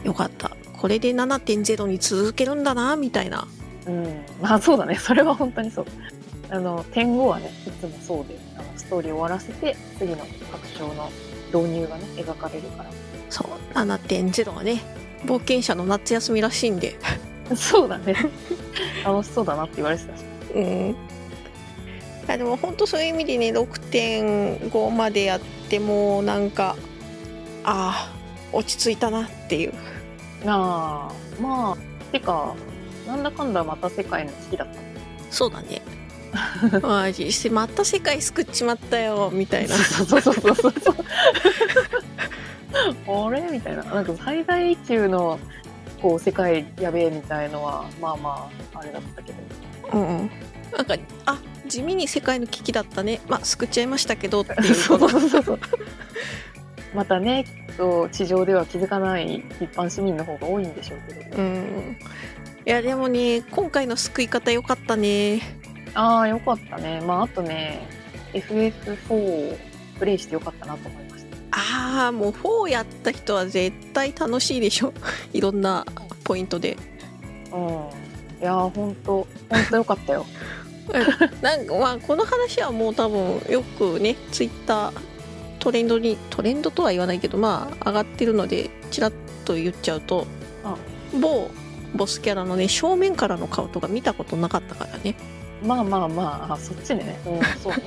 よかったこれで7.0に続けるんだなみたいな
うんまあそうだねそれは本当にそうあの点5はねいつもそうであのストーリーを終わらせて次の拡張の導入がね描かれるから
そう7.0はね冒険者の夏休みらしいんで
そうだね楽しそうだなって言われてたし
うん、あでも本当そういう意味でね6.5までやってもうなんかああ落ち着いたなっていう
ああまあてかなんだかんだまた世界の危機だっ
そうだねマジしてまた世界救っちまったよみた
た
いな
そうそうそうそうそう あれみたいななんか最大級のこう世界やべえみたいのはまあまああれだったけど
うんうんなんかあ地味に世界の危機だったねまあ救っちゃいましたけどっていう
そ
こ
うそ
の
うそうそうまたねきっと地上では気づかない一般市民の方が多いんでしょうけど、
うんいやでもね今回の救い方良かったね
ああ、よかったね。まあ、あとね、FF4 をプレイしてよかったなと思いました。
ああもう4やった人は絶対楽しいでしょいろんなポイントで
うん。いやー、ほんと、ほんとよかったよ。
なんかまあこの話はもう多分よくねツイッタートレンドにトレンドとは言わないけどまあ上がってるのでちらっと言っちゃうと
あ
某ボスキャラのね正面からの顔とか見たことなかったからね
まあまあまあ、あそっちね。うん、そうだね。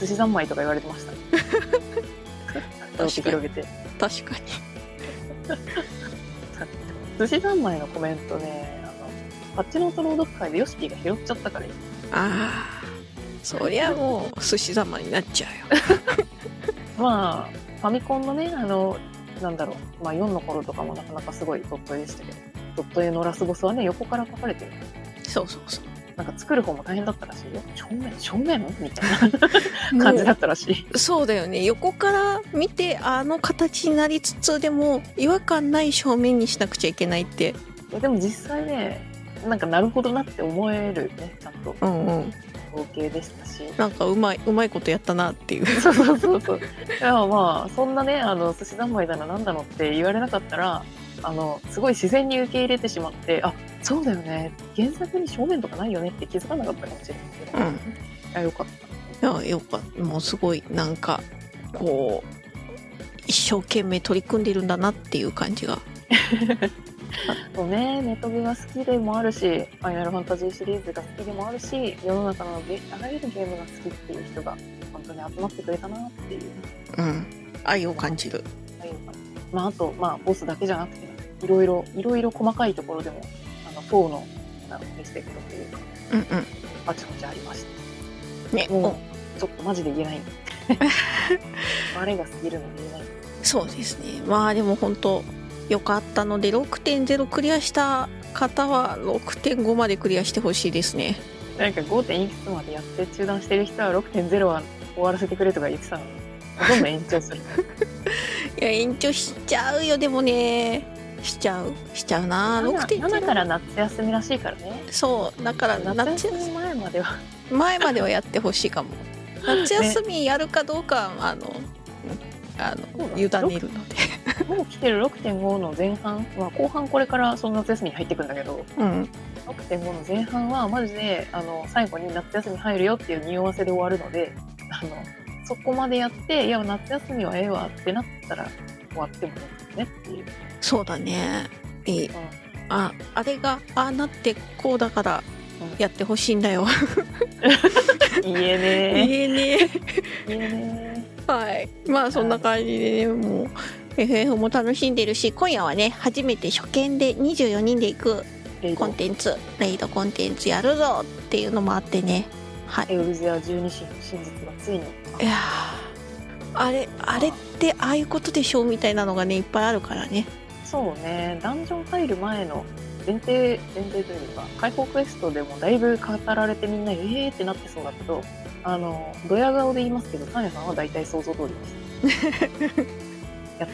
寿司三昧とか言われてま したね。両手広げて。
確かに
寿司三昧のコメントね、あの、パッチノート朗読会でヨシピーが拾っちゃったから今
ああそりゃもう寿司様になっちゃうよ
まあ、ファミコンのね、あの、なんだろう、まあ4の頃とかもなかなかすごいドット絵でしたけど、ドット絵のラスボスはね、横から描かれてる。
そうそうそう
なんか作る方も大変だったらしいよ。正面正面みたいな感じだったらしい。
そうだよね横から見てあの形になりつつでも違和感ない正面にしなくちゃいけないって
いやでも実際ね、なんかなるほどなって思えるね、ちゃんと
うんうん
合計でした し。
なんかうまいうまいことやったなっていう
そうそうそうそう。いやまあ、そんなね、あの、寿司三昧だな、なんだのって言われなかったら、あの、すごい自然に受け入れてしまって、あ、そうだよね、原作に正面とかないよねって気づかなかったかもしれないけど、い
ん
や、よかった。
いやよかったもうすごいなんかこう一生懸命取り組んでるんだなっていう感じが
そうね、ネトゲが好きでもあるし、ファイナルファンタジーシリーズが好きでもあるし、世の中のゲあらゆるゲームが好きっていう人が本当に集まってくれたなっていう。
うん愛を感じる
はいまあ、あと、まあ、ボスだけじゃなくて、いろいろ、いろいろ細かいところでも、あの、4の、なんだろうリスペクトというか、
うんう
バチバチありまし
んね
た。
お
もう、ちょっとマジで言えない。 あれが過ぎるので言えない。
そうですねまあでも本当よかったので6.0クリアした方は6.5までクリアしてほしいですね
なんか 5. いくつまでやって中断してる人は6.0は終わらせてくれとか言ってたのに、どんどん延長する。
いや延長しちゃうよでもねしちゃうしちゃうな
7
6.0
から夏休みらしいからね。
そうだから
夏
夏
休み前までは。
前まではやってほしいか も夏休みやるかどうかはあのあの委
そうだ
ねるので
もう来てる6.5の前半、まあ、後半これからその夏休みに入ってくんだけど、
うん
6.5の前半はマジであの最後に夏休み入るよっていう匂わせで終わるのであのそこまでやっていや夏休みはええわってなったら終わってもいいですねっていう、
そうだねえい
うん
ああれがああなってこうだから
うん
やってほしいんだよ
言え ね
言え ねえ
え言えね
はいまあそんな感じでねもう FF も楽しんでるし今夜はね初めて初見で24人で行く
えレイ
コ
ド
ンテンツレイドコンテンツやるぞっていうのもあってねはい
エウルゼア12神の真実がついに
いやーあれあれってああいうことでしょうみたいなのがねいっぱいあるからね
そうねダンジョン入る前の前提前提というか解放クエストでもだいぶ語られてみんなえーってなってそうだけどあのドヤ顔で言いますけどタネさんは大体想像通りでしたやっ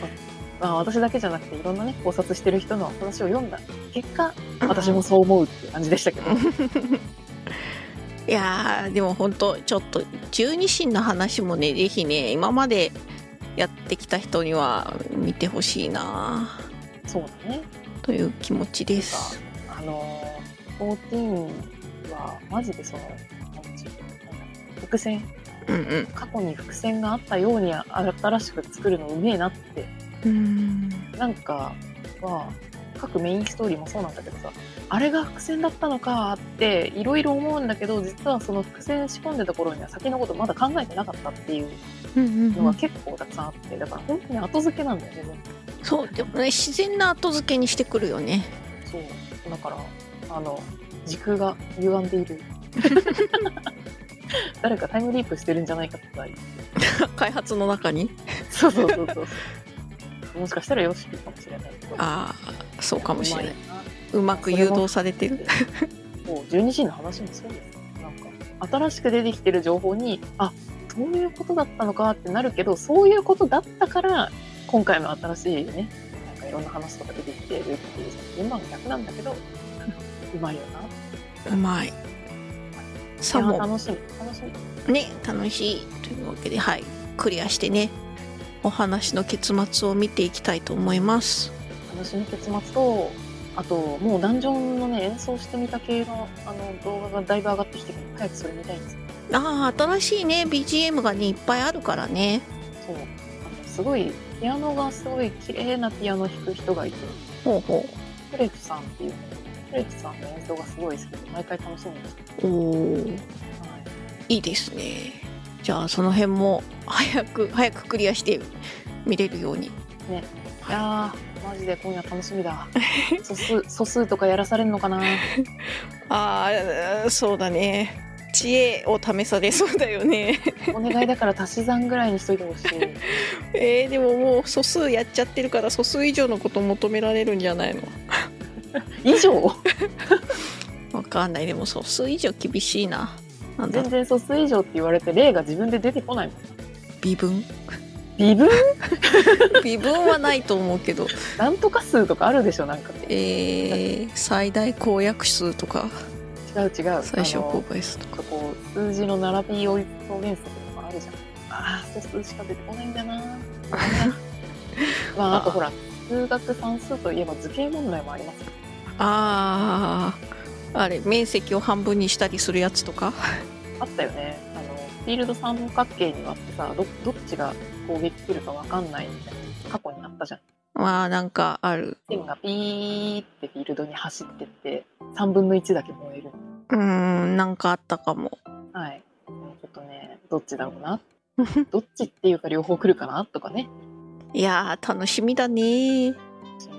ぱ、まあ、私だけじゃなくていろんなね考察してる人の話を読んだ結果私もそう思うって感じでしたけど、
いやーでも本当ちょっと十二神の話もねぜひね今までやってきた人には見てほしいな
そうだね
という気持ちです
あのー、14はマジでそのなんていうのなんだ伏線
うんうん
過去に伏線があったように新しく作るのうめえなって
うん
なんかは各メインストーリーもそうなんだけどさあれが伏線だったのかっていろいろ思うんだけど実はその伏線仕込んでた頃には先のことまだ考えてなかったっていう
うん
のが結構たくさんあってだから本当に後付けなんだよねもう
そうでもね自然な後付けにしてくるよね
そうだからあの時空が歪んで いる誰かタイムリープしてるんじゃないかってさ
開発の中に
そ うそうそうそうそう もしかしたらよしかもしれないけど
ああそうかもしれないう
まいな
うまく誘導されてる
もう12時の話もそうです。なんか、新しく出てきてる情報に、あ、そういうことだったのかってなるけど、そういうことだったから、今回の新しいね、なんかいろんな話とか出てきてるっていう、順番が逆なんだけど、うまいよ
うまい
な。
さ
いや
も
楽しみ楽しみ。
ね楽しいというわけではいクリアしてねお話の結末を見ていきたいと思います
話の結末とあともうダンジョンのね演奏してみた系のあの動画がだいぶ上がってきてるので早くそれ見たいんです
ああ新しいね BGM がねいっぱいあるからね
そうあのすごいピアノがすごい綺麗なピアノ弾く人がいて
ほうほ
フレフさんっていうフレフさんの演奏がすごい好きで毎回楽しみにして
うおー
ます、はい
いいですねじゃあその辺も早く早くクリアして見れるように
いやーマジで今夜楽しみだ 素数素数とかやらされるのかな
ああそうだね知恵を試されそうだよね
お願いだから足し算ぐらいにしといてほしい
えー、でももう素数やっちゃってるから素数以上のこと求められるんじゃないの
以上
わかんないでも素数以上厳しいななんだ
全然素数以上って言われて例が自分で出てこないもん
微分
微分
微分はないと思う けど
なんとか数とかあるでしょなんか
えー、最大公約数とか
違う違う
最小
あの
公倍数とか
なんかこう数字の並びを表現するとかあるじゃんああ素数しか出てこないんだ なまああとほら数学算数といえば図形問題もありますよ
あああれ面積を半分にしたりするやつとか
あったよねあのフィールド三角形に割ってさどどっちが攻撃するかわかんないみたいな過去にあったじゃん
まあなんかある
線がピーってフィールドに走ってって3分の1だけ燃える
うーんなんかあったかも
はいちょっとねどっちだろう などっちっていうか両方来るかなとかね
いやー楽しみだね
その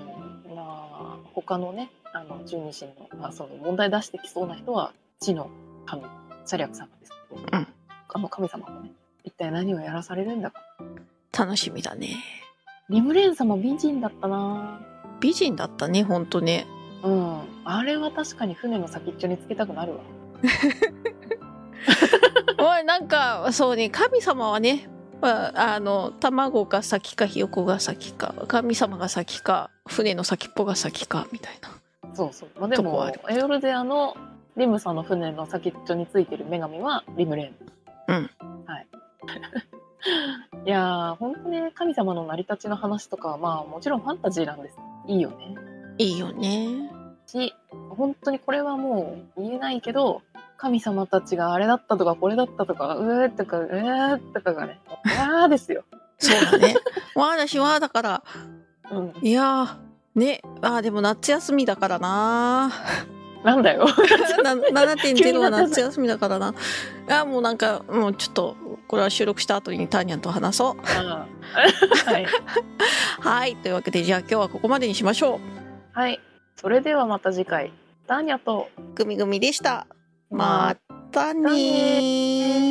まあ他のねあの十二神の,、まあその問題出してきそうな人は地の神シャリャク様ですけど、
うん
あの神様もね一体何をやらされるんだか
楽しみだね
リムレーン様美人だったな
美人だったねほんとね
うんあれは確かに船の先っちょにつけたくなるわ
おいなんかそうね神様はねまああの卵が先かひよこが先か神様が先か船の先っぽが先かみたいな
そうそう、まあ、で
とこは
も
ある
エオルデアのリムさんの船の先っちょについてる女神はリムレーン
うん
はい いやー本当ね神様の成り立ちの話とかはまあもちろんファンタジーなんですいいよね
いいよね
し本当にこれはもう言えないけど神様たちがあれだったとかこれだったとかうーとかうーとかがねうわーですよ、
そうだね わあ私はだから
うん、
いやーねあーでも夏休みだからな
なんだよ
な7.0は
急に夏休み
夏休みだからなあーもうなんかもうちょっとこれは収録した後にターニャンと話そう
あーはい、
はいというわけでじゃあ今日はここまでにしましょ
はい、それではまた次回ダーニャと
うグミグミでしたまたね
またね
ー